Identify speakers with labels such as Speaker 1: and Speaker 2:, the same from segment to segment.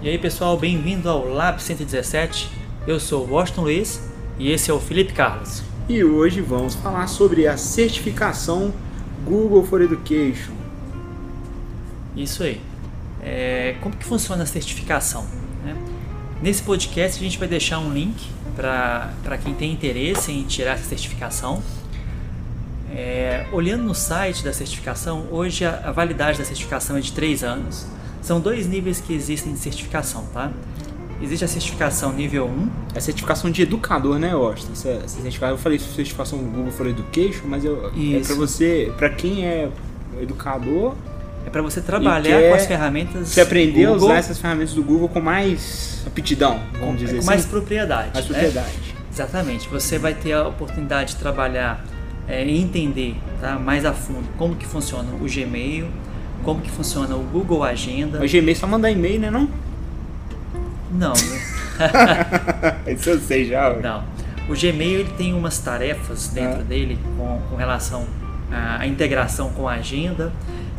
Speaker 1: E aí pessoal, bem-vindo ao Lab 117. Eu sou o Washington Luiz e esse é o Felipe Carlos.
Speaker 2: E hoje vamos falar sobre a certificação Google for Education.
Speaker 1: Isso aí. É, como que funciona a certificação? né? Nesse podcast a gente vai deixar um link para quem tem interesse em tirar essa certificação. É, olhando no site da certificação, hoje a, a validade da certificação é de 3 anos. São dois níveis que existem de certificação, tá? Existe a certificação nível 1,
Speaker 2: É certificação de educador, né, Austin? Essa, essa certificação, eu falei certificação Google for Education, mas eu, é
Speaker 1: Isso.
Speaker 2: pra você, pra quem é educador,
Speaker 1: é para você trabalhar
Speaker 2: E que é-
Speaker 1: com as ferramentas
Speaker 2: você aprender a
Speaker 1: Google
Speaker 2: usar essas ferramentas do Google com mais aptidão, vamos dizer
Speaker 1: É, com
Speaker 2: assim.
Speaker 1: mais propriedade.
Speaker 2: mais
Speaker 1: né?
Speaker 2: propriedade.
Speaker 1: Exatamente. Você vai ter a oportunidade de trabalhar é, e entender tá, mais a fundo como que funciona o Gmail, como que funciona o Google Agenda.
Speaker 2: Mas Gmail é só mandar e-mail, né, não?
Speaker 1: Não, né?
Speaker 2: Isso eu sei já. ué.
Speaker 1: não. O Gmail ele tem umas tarefas dentro
Speaker 2: Ah.
Speaker 1: dele com, com relação à, à integração com a agenda,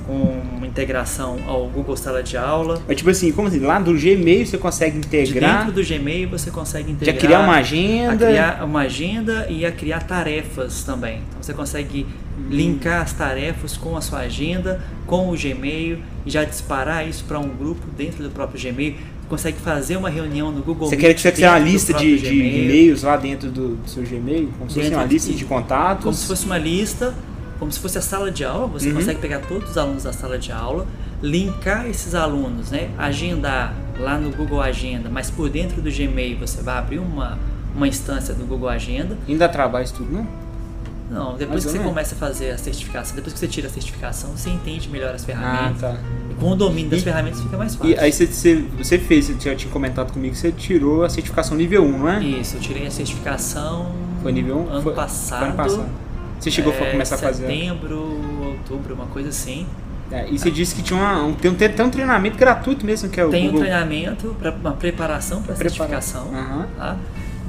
Speaker 1: com integração ao Google Sala de Aula.
Speaker 2: Mas tipo assim, como assim? Lá do Gmail você consegue
Speaker 1: De
Speaker 2: integrar,
Speaker 1: dentro do Gmail você consegue
Speaker 2: já
Speaker 1: integrar
Speaker 2: criar uma
Speaker 1: a
Speaker 2: agenda.
Speaker 1: criar uma agenda e a criar tarefas também. Então você consegue
Speaker 2: Hum.
Speaker 1: linkar as tarefas com a sua agenda, com o Gmail e já disparar isso para um grupo dentro do próprio Gmail. Consegue fazer uma reunião no Google
Speaker 2: Você
Speaker 1: Meet
Speaker 2: quer que você tenha uma
Speaker 1: dentro do
Speaker 2: lista de,
Speaker 1: próprio
Speaker 2: de
Speaker 1: Gmail,
Speaker 2: e-mails lá dentro do, do seu Gmail? Como se fosse
Speaker 1: Dentro
Speaker 2: uma
Speaker 1: de-
Speaker 2: lista de contatos?
Speaker 1: como se fosse uma lista, como se fosse a sala de aula. Você
Speaker 2: Uhum.
Speaker 1: consegue pegar todos os alunos da sala de aula, linkar esses alunos, né? Agendar lá no Google Agenda, mas por dentro do Gmail você vai abrir uma uma instância do Google Agenda
Speaker 2: Ainda trabalha isso tudo, não?
Speaker 1: Não, depois
Speaker 2: Mais
Speaker 1: que
Speaker 2: ou
Speaker 1: você
Speaker 2: menos.
Speaker 1: começa a fazer a certificação, depois que você tira a certificação, você entende melhor as
Speaker 2: Ah,
Speaker 1: ferramentas.
Speaker 2: tá.
Speaker 1: E com o domínio das
Speaker 2: E-
Speaker 1: ferramentas fica mais fácil.
Speaker 2: E aí você, você, você fez, você já tinha comentado comigo, você tirou a certificação nível 1, não é?
Speaker 1: Isso, eu tirei a certificação
Speaker 2: Foi nível 1?
Speaker 1: ano,
Speaker 2: foi,
Speaker 1: passado,
Speaker 2: foi ano passado. Você chegou a
Speaker 1: é,
Speaker 2: começar a fazer.
Speaker 1: Setembro, outubro, uma coisa assim.
Speaker 2: É, e você disse que tinha uma, um, tem, um, tem um treinamento gratuito mesmo, que é o
Speaker 1: Tem um
Speaker 2: Google. Ah.
Speaker 1: treinamento, pra, uma preparação para
Speaker 2: Prepara-
Speaker 1: certificação.
Speaker 2: Aham.
Speaker 1: tá?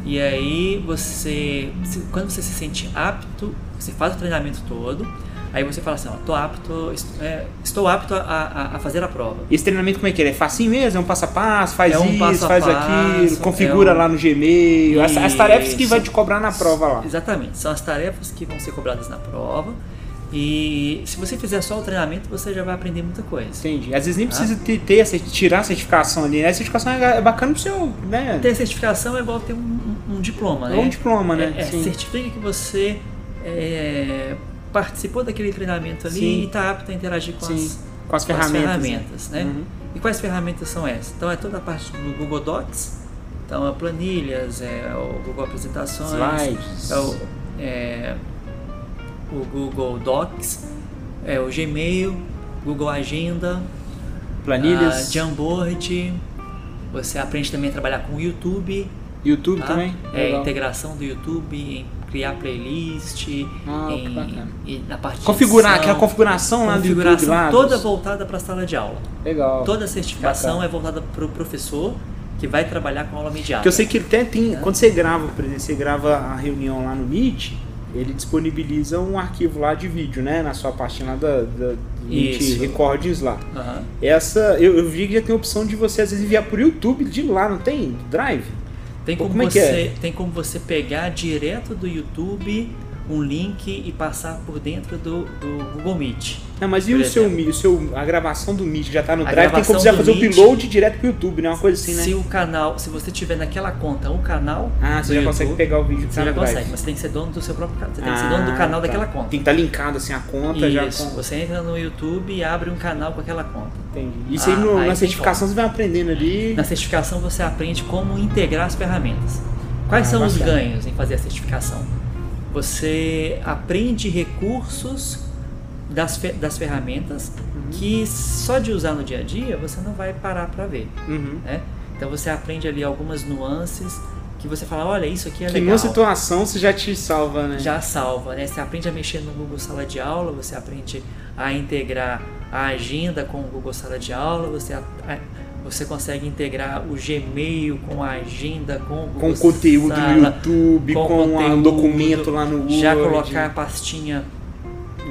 Speaker 1: E aí você, se- quando você se sente apto, você faz o treinamento todo, aí você fala assim, ó, tô apto, est- é, estou apto a- a- a fazer a prova.
Speaker 2: Esse treinamento como é que ele é? É facinho mesmo? É um passo a passo? Faz
Speaker 1: É um
Speaker 2: isso,
Speaker 1: passo a
Speaker 2: faz
Speaker 1: passo,
Speaker 2: aquilo, configura
Speaker 1: é um-
Speaker 2: lá no Gmail. As, as tarefas que
Speaker 1: Isso.
Speaker 2: vai te cobrar na prova lá.
Speaker 1: Exatamente, são as tarefas que vão ser cobradas na prova. E se você fizer só o treinamento, você já vai aprender muita coisa.
Speaker 2: Entendi. Às vezes nem precisa ter, ter essa- tirar a certificação ali. né? A certificação é é bacana pro seu, né?
Speaker 1: Ter certificação é igual ter um, um- um diploma,
Speaker 2: É
Speaker 1: né?
Speaker 2: um diploma, né?
Speaker 1: É, é,
Speaker 2: Sim.
Speaker 1: certifica que você é, participou daquele treinamento ali
Speaker 2: Sim.
Speaker 1: e está apto a interagir com, as,
Speaker 2: Sim. Com as
Speaker 1: com as
Speaker 2: ferramentas.
Speaker 1: ferramentas, né?
Speaker 2: Uhum.
Speaker 1: E quais ferramentas são essas? Então é toda a parte do Google Docs, então é planilhas, é o Google Apresentações,
Speaker 2: Slides.
Speaker 1: é o, é, o Google Docs, é o Gmail, Google Agenda,
Speaker 2: Planilhas.
Speaker 1: a Jamboard, você aprende também a trabalhar com o YouTube,
Speaker 2: YouTube
Speaker 1: tá?
Speaker 2: também.
Speaker 1: É,
Speaker 2: Legal.
Speaker 1: integração do YouTube, em criar playlist,
Speaker 2: Ah, que
Speaker 1: em,
Speaker 2: bacana.
Speaker 1: e na parte de
Speaker 2: Configurar,
Speaker 1: edição,
Speaker 2: aquela configuração lá do YouTube
Speaker 1: configuração
Speaker 2: lá.
Speaker 1: toda
Speaker 2: dos-
Speaker 1: voltada para a sala de aula.
Speaker 2: Legal.
Speaker 1: Toda a certificação
Speaker 2: Bacana.
Speaker 1: é voltada para o professor que vai trabalhar com aula mediada.
Speaker 2: Porque eu sei que até tem. Quando você grava, por exemplo, você grava a reunião lá no Meet, ele disponibiliza um arquivo lá de vídeo, né? Na sua pastinha lá da, da, do Meet
Speaker 1: Isso.
Speaker 2: Recordings lá.
Speaker 1: Aham.
Speaker 2: Essa. Eu, eu vi que já tem a opção de você às vezes enviar por YouTube de lá, não tem? Drive?
Speaker 1: Tem
Speaker 2: Pô,
Speaker 1: como,
Speaker 2: como é que
Speaker 1: você,
Speaker 2: é?
Speaker 1: tem como você pegar direto do YouTube um link e passar por dentro do, do Google Meet.
Speaker 2: Não, mas e
Speaker 1: Por
Speaker 2: o seu,
Speaker 1: exemplo.
Speaker 2: Mi- o seu. A gravação do Meet já tá no
Speaker 1: A
Speaker 2: Drive? Tem
Speaker 1: gravação
Speaker 2: como você
Speaker 1: do
Speaker 2: fazer o
Speaker 1: Meet-
Speaker 2: upload direto pro YouTube, né? Uma coisa assim, né?
Speaker 1: se o canal, se você tiver naquela conta um canal,
Speaker 2: Ah,
Speaker 1: do
Speaker 2: você já
Speaker 1: YouTube,
Speaker 2: consegue pegar o vídeo que tá
Speaker 1: Você já
Speaker 2: no Drive.
Speaker 1: consegue, mas você tem que ser dono do seu próprio canal. Você tem que ser dono do
Speaker 2: Ah,
Speaker 1: canal
Speaker 2: tá.
Speaker 1: daquela
Speaker 2: Tem que
Speaker 1: conta.
Speaker 2: estar linkado assim a conta já.
Speaker 1: Isso,
Speaker 2: Com...
Speaker 1: você entra no YouTube e abre um canal com aquela conta.
Speaker 2: Entendi. Isso
Speaker 1: Ah,
Speaker 2: aí no-
Speaker 1: aí
Speaker 2: na
Speaker 1: tem
Speaker 2: certificação você vai aprendendo ali.
Speaker 1: Na certificação você aprende como integrar as ferramentas. Quais
Speaker 2: Ah,
Speaker 1: são os
Speaker 2: bacana.
Speaker 1: ganhos em fazer a certificação? Você aprende recursos das, fe- das ferramentas
Speaker 2: Uhum.
Speaker 1: que só de usar no dia a dia você não vai parar para ver.
Speaker 2: Uhum.
Speaker 1: né? Então você aprende ali algumas nuances que você fala, olha, isso aqui é
Speaker 2: Que em uma
Speaker 1: legal.
Speaker 2: situação você já te salva, né?
Speaker 1: já salva, né? Você aprende a mexer no Google Sala de Aula, você aprende a integrar a agenda com o Google Sala de Aula, você, a- a- você consegue integrar o Gmail com a agenda, com o Google
Speaker 2: Com conteúdo
Speaker 1: Sala,
Speaker 2: no YouTube,
Speaker 1: com
Speaker 2: com, um
Speaker 1: conteúdo,
Speaker 2: documento lá no Word.
Speaker 1: já colocar a pastinha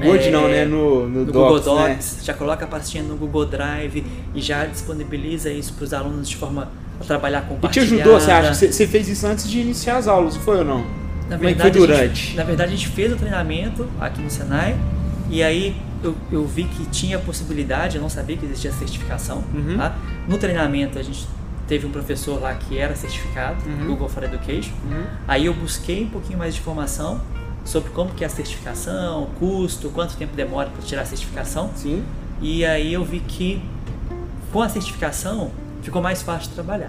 Speaker 2: Word
Speaker 1: É,
Speaker 2: não, né? No, no
Speaker 1: no
Speaker 2: Docs,
Speaker 1: Google
Speaker 2: né?
Speaker 1: Docs, já coloca a pastinha no Google Drive e já disponibiliza isso para os alunos de forma a trabalhar
Speaker 2: E te
Speaker 1: compartilhada.
Speaker 2: ajudou, você acha? Você- Você fez isso antes de iniciar as aulas, foi ou não?
Speaker 1: Na
Speaker 2: Como é
Speaker 1: verdade,
Speaker 2: que foi
Speaker 1: a gente-
Speaker 2: durante?
Speaker 1: na verdade, a gente fez o treinamento aqui no Senai e aí eu, eu vi que tinha possibilidade, eu não sabia que existia certificação.
Speaker 2: Uhum.
Speaker 1: tá? No treinamento, a gente teve um professor lá que era certificado,
Speaker 2: Uhum.
Speaker 1: Google for Education.
Speaker 2: Uhum.
Speaker 1: Aí eu busquei um pouquinho mais de informação sobre como que é a certificação, o custo, quanto tempo demora para tirar a certificação.
Speaker 2: Sim.
Speaker 1: E aí eu vi que com a certificação ficou mais fácil de trabalhar.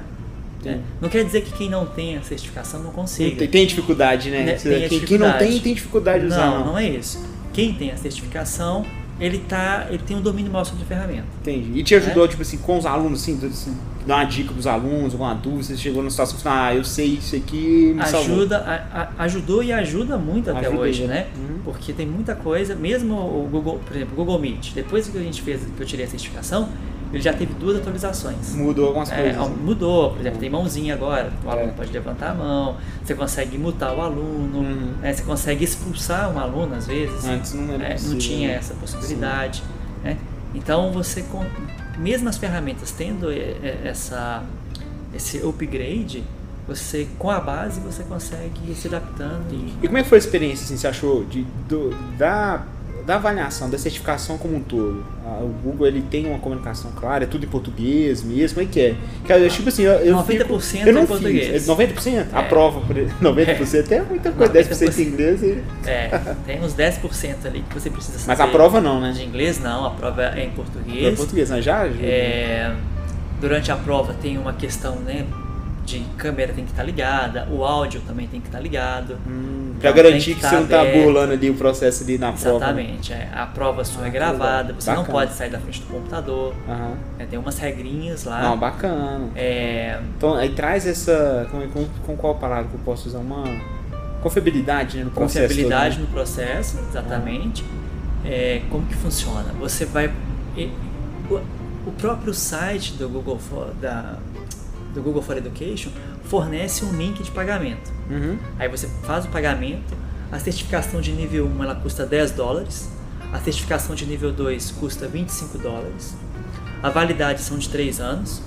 Speaker 1: né?
Speaker 2: Entendi.
Speaker 1: Não quer dizer que quem não tem a certificação não consiga.
Speaker 2: Tem, tem dificuldade, né?
Speaker 1: Né,
Speaker 2: Isso
Speaker 1: tem a
Speaker 2: aqui. Quem não tem,
Speaker 1: dificuldade.
Speaker 2: tem dificuldade de usar,
Speaker 1: não,
Speaker 2: não.
Speaker 1: não é isso. Quem tem a certificação, ele, tá, ele tem um domínio maior sobre a ferramenta.
Speaker 2: Entendi. E te ajudou,
Speaker 1: É.
Speaker 2: tipo assim, com os alunos, assim, do- assim, dar uma dica pros alunos, alguma dúvida, você chegou numa situação, assim, ah, eu sei isso aqui, me salvou.
Speaker 1: Ajuda, a- a- ajudou e ajuda muito até
Speaker 2: Ajuda,
Speaker 1: hoje,
Speaker 2: né?
Speaker 1: né?
Speaker 2: Uhum.
Speaker 1: Porque tem muita coisa, mesmo o Google, por exemplo, o Google Meet, depois que a gente fez, que eu tirei a certificação, ele já teve duas atualizações.
Speaker 2: Mudou algumas
Speaker 1: É,
Speaker 2: coisas.
Speaker 1: ó,
Speaker 2: né?
Speaker 1: mudou, por exemplo,
Speaker 2: Uhum.
Speaker 1: tem mãozinha agora, o aluno
Speaker 2: É.
Speaker 1: pode levantar a mão, você consegue mutar o aluno,
Speaker 2: Uhum.
Speaker 1: né, você consegue expulsar um aluno às vezes,
Speaker 2: Antes não era
Speaker 1: né,
Speaker 2: possível.
Speaker 1: não tinha
Speaker 2: né?
Speaker 1: essa possibilidade. né? Então você, com, mesmo as ferramentas tendo eh, eh, essa, esse upgrade, você com a base você consegue ir se adaptando e
Speaker 2: E como é que foi a experiência, assim, você achou de, do- da, da avaliação, da certificação como um todo? Ah, o Google, ele tem uma comunicação clara, é tudo em português mesmo, como é que é? Cara, eu, tipo assim, eu, eu
Speaker 1: 90%
Speaker 2: fico, eu não
Speaker 1: em português.
Speaker 2: Fiz, é 90%? A
Speaker 1: É.
Speaker 2: prova, por exemplo, 90% é muita coisa, 10% em inglês, e-
Speaker 1: é, tem uns 10% ali que você precisa saber.
Speaker 2: assim. mas a prova não, né?
Speaker 1: de inglês não, a prova é em
Speaker 2: É
Speaker 1: português.
Speaker 2: português, né? Já? já-
Speaker 1: É, durante a prova tem uma questão né, de câmera tem que estar ligada, o áudio também tem que estar ligado.
Speaker 2: Hum,
Speaker 1: Então,
Speaker 2: pra
Speaker 1: tem
Speaker 2: garantir
Speaker 1: que
Speaker 2: que,
Speaker 1: tá
Speaker 2: você não tá
Speaker 1: aberto.
Speaker 2: burlando ali o processo ali na prova. né?
Speaker 1: Exatamente. é, a prova sua
Speaker 2: Ah,
Speaker 1: é
Speaker 2: que
Speaker 1: gravada,
Speaker 2: legal.
Speaker 1: você não
Speaker 2: Bacana.
Speaker 1: pode sair da frente do computador.
Speaker 2: Aham.
Speaker 1: né, tem umas regrinhas lá.
Speaker 2: Não, bacana.
Speaker 1: É,
Speaker 2: Então, aí traz essa. Com, com, com qual palavra que eu posso usar? Uma. Confiabilidade né, no processo.
Speaker 1: confiabilidade
Speaker 2: todo,
Speaker 1: no processo, exatamente. É, como que funciona? Você vai. e- o, o próprio site do Google for, da, do Google for Education fornece um link de pagamento.
Speaker 2: né? Uhum.
Speaker 1: Aí você faz o pagamento, a certificação de nível 1 ela custa 10 dólares, a certificação de nível 2 custa 25 dólares, a validade são de 3 anos,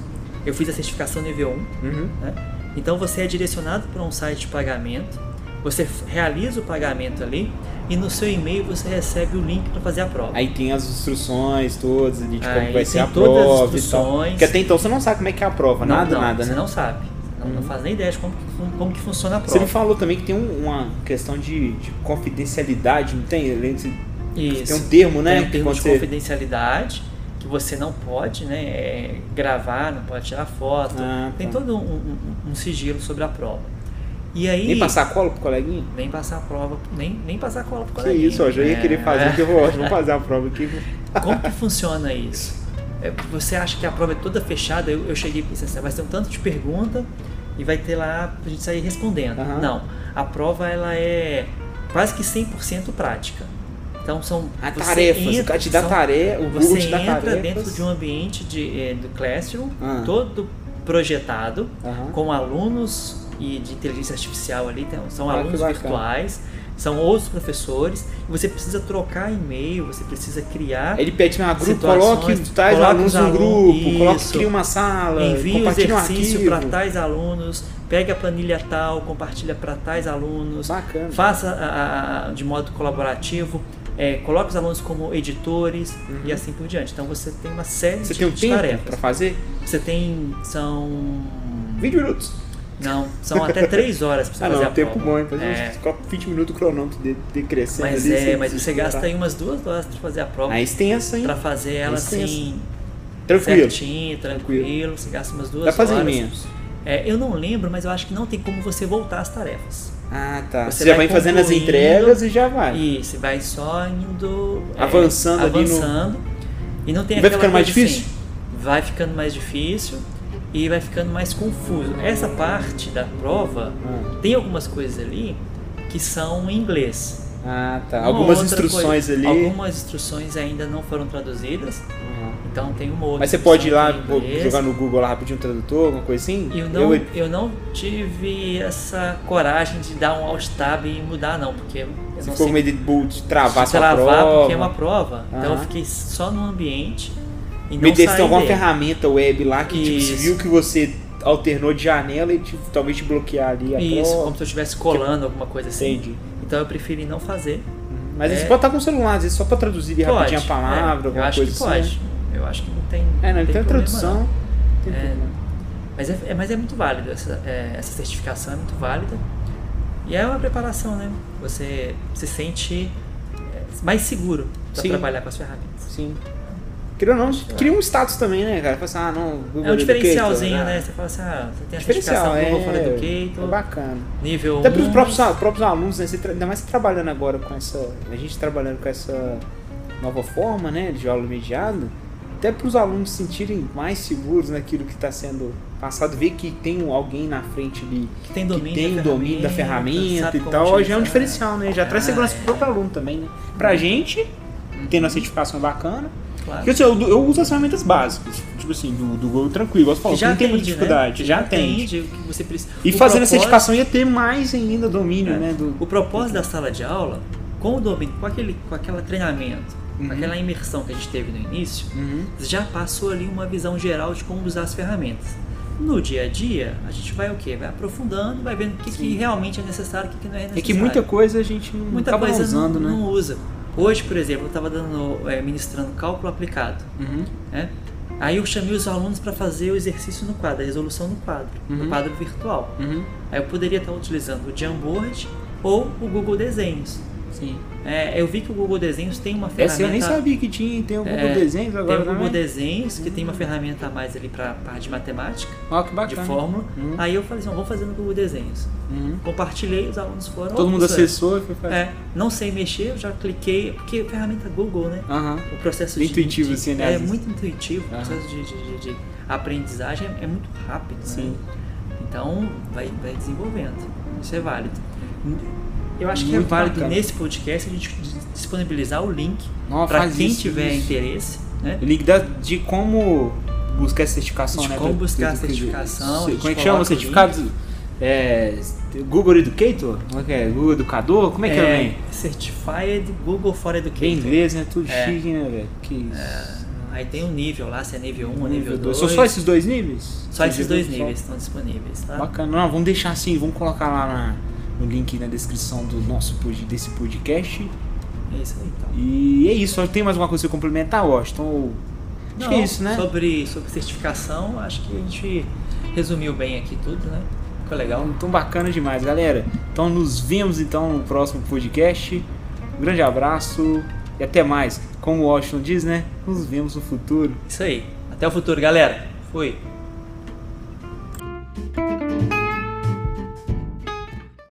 Speaker 1: eu fiz a certificação nível 1,
Speaker 2: Uhum.
Speaker 1: né? Então você é direcionado para um site de pagamento, você f- realiza o pagamento ali e no seu e-mail você recebe o link para fazer a prova.
Speaker 2: Aí tem as instruções todas ali de como
Speaker 1: Aí
Speaker 2: vai ser
Speaker 1: Ah, tem
Speaker 2: a
Speaker 1: todas as
Speaker 2: prova e tal.
Speaker 1: instruções.
Speaker 2: Porque até então você não sabe como é que é a prova,
Speaker 1: Não,
Speaker 2: nada,
Speaker 1: não,
Speaker 2: nada,
Speaker 1: você
Speaker 2: né? Uhum.
Speaker 1: não sabe, não, não faz nem ideia de como, que fun- como que funciona a prova.
Speaker 2: Você me falou também que tem um- uma questão de, de confidencialidade, não tem? Além de- Tem um termo, né?
Speaker 1: Tem um
Speaker 2: que
Speaker 1: termo
Speaker 2: quando
Speaker 1: de
Speaker 2: você-
Speaker 1: confidencialidade que você não pode né, é, gravar, não pode tirar foto.
Speaker 2: Ah,
Speaker 1: Tem
Speaker 2: tá.
Speaker 1: todo um, um- um sigilo sobre a prova. E aí.
Speaker 2: Nem passar cola pro coleguinha?
Speaker 1: nem passar a prova, nem, nem passar a cola pro
Speaker 2: Que
Speaker 1: coleguinha.
Speaker 2: isso, ó, já ia
Speaker 1: É,
Speaker 2: querer fazer, que eu vou, vou fazer a prova aqui. vou-
Speaker 1: Como que funciona isso? É, você acha que a prova é toda fechada? Eu, eu cheguei e pensei assim, vai ser um tanto de pergunta e vai ter lá pra gente sair respondendo.
Speaker 2: Aham.
Speaker 1: Não, a prova ela é quase que 100% prática. Então são
Speaker 2: A
Speaker 1: você
Speaker 2: Ah, tarefas, o cara te dá
Speaker 1: são-
Speaker 2: tarefa, o Google
Speaker 1: Você
Speaker 2: te dá
Speaker 1: entra
Speaker 2: tarefas.
Speaker 1: dentro de um ambiente de, eh, do classroom,
Speaker 2: Ah.
Speaker 1: todo projetado,
Speaker 2: Aham.
Speaker 1: com alunos e de inteligência artificial ali, então, são
Speaker 2: Ah, que
Speaker 1: alunos
Speaker 2: bacana.
Speaker 1: virtuais, são outros professores, e você precisa trocar e-mail, você precisa criar,
Speaker 2: Ele pede ah, grupo,
Speaker 1: Situações,
Speaker 2: coloque tais
Speaker 1: coloca
Speaker 2: alunos
Speaker 1: os
Speaker 2: no
Speaker 1: alunos,
Speaker 2: grupo, coloque,
Speaker 1: isso.
Speaker 2: cria uma sala,
Speaker 1: envia o
Speaker 2: compartilha um
Speaker 1: exercício
Speaker 2: arquivo.
Speaker 1: para tais alunos, pega a planilha tal, compartilha para tais alunos,
Speaker 2: Bacana.
Speaker 1: faça a- a- a- de modo colaborativo, eh, coloque os alunos como editores e assim por diante. Então você tem uma série
Speaker 2: Uhum. Você
Speaker 1: de,
Speaker 2: tem um
Speaker 1: de
Speaker 2: tempo
Speaker 1: tarefas.
Speaker 2: para fazer?
Speaker 1: Você tem. São.
Speaker 2: 20 minutos.
Speaker 1: Não, são até três horas pra você
Speaker 2: Ah,
Speaker 1: fazer
Speaker 2: não,
Speaker 1: a
Speaker 2: tempo
Speaker 1: prova.
Speaker 2: bom, então
Speaker 1: É,
Speaker 2: você coloca 20 minutos o cronômetro de, decrescendo
Speaker 1: mas
Speaker 2: ali. tá.
Speaker 1: é,
Speaker 2: sem
Speaker 1: mas você
Speaker 2: esperar.
Speaker 1: gasta aí umas duas horas pra fazer a prova.
Speaker 2: Ah, extensa, hein?
Speaker 1: Pra fazer ela
Speaker 2: Isso é
Speaker 1: assim,
Speaker 2: Tranquilo.
Speaker 1: certinho, tranquilo, Você gasta umas duas
Speaker 2: Dá pra fazer
Speaker 1: horas.
Speaker 2: menos.
Speaker 1: É, eu não lembro, mas eu acho que não tem como você voltar às tarefas.
Speaker 2: Ah, tá.
Speaker 1: Você
Speaker 2: Você, já vai
Speaker 1: vai
Speaker 2: fazendo as
Speaker 1: concluindo
Speaker 2: entregas e já vai.
Speaker 1: E você vai só indo. é,
Speaker 2: Avançando ali no-
Speaker 1: avançando, E não tem
Speaker 2: E vai
Speaker 1: aquela
Speaker 2: ficando mais
Speaker 1: coisa
Speaker 2: difícil?
Speaker 1: assim, vai ficando mais difícil e vai ficando mais confuso. Essa parte da prova
Speaker 2: Ah,
Speaker 1: tem algumas coisas ali que são em inglês.
Speaker 2: Ah, tá.
Speaker 1: Uma
Speaker 2: Algumas
Speaker 1: outra
Speaker 2: instruções
Speaker 1: coisa-
Speaker 2: ali.
Speaker 1: Algumas instruções ainda não foram traduzidas.
Speaker 2: Uhum.
Speaker 1: Então Então tem uma outra.
Speaker 2: Mas você pode ir lá
Speaker 1: opção em inglês.
Speaker 2: jogar no Google lá rapidinho um tradutor, alguma coisa assim?
Speaker 1: Eu não, eu, não tive essa coragem de dar um alt tab e mudar, não, porque eu
Speaker 2: se
Speaker 1: não
Speaker 2: for
Speaker 1: sei
Speaker 2: medo de bu- de travar
Speaker 1: se
Speaker 2: sua
Speaker 1: travar
Speaker 2: prova.
Speaker 1: porque é uma prova. Então eu
Speaker 2: Aham.
Speaker 1: fiquei só no ambiente e
Speaker 2: Me
Speaker 1: não
Speaker 2: desse
Speaker 1: saí
Speaker 2: tem alguma
Speaker 1: dele.
Speaker 2: ferramenta web lá que tipo, se
Speaker 1: Isso.
Speaker 2: viu que você alternou de janela e tipo, talvez te bloquear ali a
Speaker 1: Isso,
Speaker 2: prova.
Speaker 1: como se eu estivesse colando alguma coisa assim.
Speaker 2: Entendi.
Speaker 1: Então eu preferi não fazer.
Speaker 2: Mas você
Speaker 1: É.
Speaker 2: pode estar com o celular, às vezes só pra traduzir ali
Speaker 1: Pode.
Speaker 2: rapidinho a palavra,
Speaker 1: é, eu
Speaker 2: alguma
Speaker 1: acho
Speaker 2: coisa
Speaker 1: que
Speaker 2: assim.
Speaker 1: pode. Eu acho que não tem.
Speaker 2: É,
Speaker 1: tem
Speaker 2: não, tem,
Speaker 1: problema,
Speaker 2: tradução. Tem
Speaker 1: É.
Speaker 2: problema.
Speaker 1: Mas é, é- mas é muito válido, essa, é, essa certificação é muito válida. E é uma preparação, né? Você se sente é, mais seguro para
Speaker 2: Sim.
Speaker 1: trabalhar com as ferramentas.
Speaker 2: Sim. Queria ou não, cria um status também, né, cara? Fala assim, ah, não, Google
Speaker 1: É um
Speaker 2: Educator,
Speaker 1: diferencialzinho,
Speaker 2: ah,
Speaker 1: né? Você fala assim, ah, você tem a certificação
Speaker 2: Diferencial, é,
Speaker 1: Google for
Speaker 2: é
Speaker 1: Educator,
Speaker 2: bacana.
Speaker 1: nível
Speaker 2: Até para os
Speaker 1: 1.
Speaker 2: próprios, próprios alunos, né? Você tra- ainda mais trabalhando agora com essa. A gente trabalhando com essa nova forma, né? De aula mediada. Até para os alunos se sentirem mais seguros naquilo que está sendo passado, ver que tem um- alguém na frente ali
Speaker 1: que tem
Speaker 2: que
Speaker 1: domínio,
Speaker 2: tem o
Speaker 1: da,
Speaker 2: domínio da ferramenta
Speaker 1: sabe
Speaker 2: e
Speaker 1: como
Speaker 2: tal, já é
Speaker 1: utilizar.
Speaker 2: um diferencial, né? Já traz
Speaker 1: Ah,
Speaker 2: segurança
Speaker 1: é.
Speaker 2: para pro próprio aluno também, né? Pra gente, tendo a certificação bacana.
Speaker 1: Uhum. Claro.
Speaker 2: Porque assim, eu, eu uso as ferramentas básicas, tipo assim, do, do Google tranquilo, igual você falou,
Speaker 1: Que já
Speaker 2: não tem muita
Speaker 1: atende, né?
Speaker 2: dificuldade,
Speaker 1: Que
Speaker 2: já
Speaker 1: atende
Speaker 2: tem.
Speaker 1: o que você precisa.
Speaker 2: E
Speaker 1: O
Speaker 2: fazendo a
Speaker 1: propósito-
Speaker 2: certificação ia ter mais ainda domínio,
Speaker 1: É.
Speaker 2: né? Do,
Speaker 1: O propósito da sala de aula, com o domínio, com aquele, com aquele treinamento,
Speaker 2: Uhum.
Speaker 1: com aquela imersão que a gente teve no início,
Speaker 2: Uhum.
Speaker 1: você já passou ali uma visão geral de como usar as ferramentas. No dia a dia, a gente vai o quê? Vai aprofundando, vai vendo o que, que realmente é necessário e o que, que não é necessário.
Speaker 2: É que muita coisa a gente não
Speaker 1: Muita
Speaker 2: acaba
Speaker 1: coisa
Speaker 2: usando,
Speaker 1: não,
Speaker 2: né?
Speaker 1: não usa. Hoje, por exemplo, eu estava dando, eh, ministrando cálculo aplicado.
Speaker 2: Uhum.
Speaker 1: né? Aí eu chamei os alunos para fazer o exercício no quadro, a resolução no quadro,
Speaker 2: Uhum.
Speaker 1: no quadro virtual.
Speaker 2: Uhum.
Speaker 1: Aí eu poderia estar utilizando o Jamboard ou o Google Desenhos.
Speaker 2: Sim.
Speaker 1: É, eu vi que o Google Desenhos tem uma ferramenta.
Speaker 2: Essa eu nem sabia que tinha, tem o Google
Speaker 1: É,
Speaker 2: Desenhos
Speaker 1: Tem
Speaker 2: agora
Speaker 1: o Google
Speaker 2: também.
Speaker 1: Desenhos, que tem uma ferramenta a mais ali para parte de matemática,
Speaker 2: Ó, que
Speaker 1: de
Speaker 2: bacana.
Speaker 1: fórmula.
Speaker 2: Uhum.
Speaker 1: Aí eu falei assim: ó, vamos fazer no Google Desenhos.
Speaker 2: Uhum.
Speaker 1: Compartilhei, os alunos foram. ó,
Speaker 2: Todo mundo né?
Speaker 1: professor,
Speaker 2: acessou e foi fazer.
Speaker 1: É, não sei mexer, eu já cliquei, porque a ferramenta Google, né?
Speaker 2: Aham.
Speaker 1: O processo de.
Speaker 2: Intuitivo,
Speaker 1: de-
Speaker 2: assim, né, às
Speaker 1: É
Speaker 2: vezes.
Speaker 1: muito intuitivo, o
Speaker 2: Aham.
Speaker 1: processo de, de- de- de aprendizagem é, é muito rápido. né?
Speaker 2: Sim.
Speaker 1: Então, vai, vai desenvolvendo. Isso é válido. Eu acho que é
Speaker 2: Muito
Speaker 1: válido
Speaker 2: bacana.
Speaker 1: nesse podcast a gente dis- disponibilizar o link
Speaker 2: Ó,
Speaker 1: para
Speaker 2: faz
Speaker 1: quem
Speaker 2: isso,
Speaker 1: tiver
Speaker 2: isso.
Speaker 1: interesse, né?
Speaker 2: O link da, de como buscar essa certificação,
Speaker 1: De
Speaker 2: né?
Speaker 1: como
Speaker 2: pra-
Speaker 1: buscar a
Speaker 2: do- do- do-
Speaker 1: certificação, a gente
Speaker 2: Como é que chama?
Speaker 1: coloca o
Speaker 2: Certificado? É, Google Educator? Como é que é? Google Educador? Como é que é,
Speaker 1: É,
Speaker 2: vem?
Speaker 1: Certified Google for
Speaker 2: Em
Speaker 1: Educator.
Speaker 2: inglês, né? Tudo
Speaker 1: É.
Speaker 2: chique, né, velho? Que isso.
Speaker 1: Aí tem um nível lá, se é nível 1 ou nível
Speaker 2: Nível
Speaker 1: 2.
Speaker 2: dois. São só esses dois níveis?
Speaker 1: Só esses dois
Speaker 2: Só-
Speaker 1: níveis estão disponíveis, tá?
Speaker 2: Bacana. Não, vamos deixar assim, vamos colocar lá na- no link na descrição do nosso pod- desse podcast.
Speaker 1: É isso aí, então.
Speaker 2: E é isso. Tem mais alguma coisa a complementar, Washington? Ou- Acho que é isso, né?
Speaker 1: Sobre, sobre certificação, acho que a gente resumiu bem aqui tudo, né? Ficou legal.
Speaker 2: Então bacana demais, galera. Então nos vemos então no próximo podcast. Um grande abraço e até mais. Como o Washington diz, né? Nos vemos no futuro.
Speaker 1: Isso aí. Até o futuro, galera. Fui.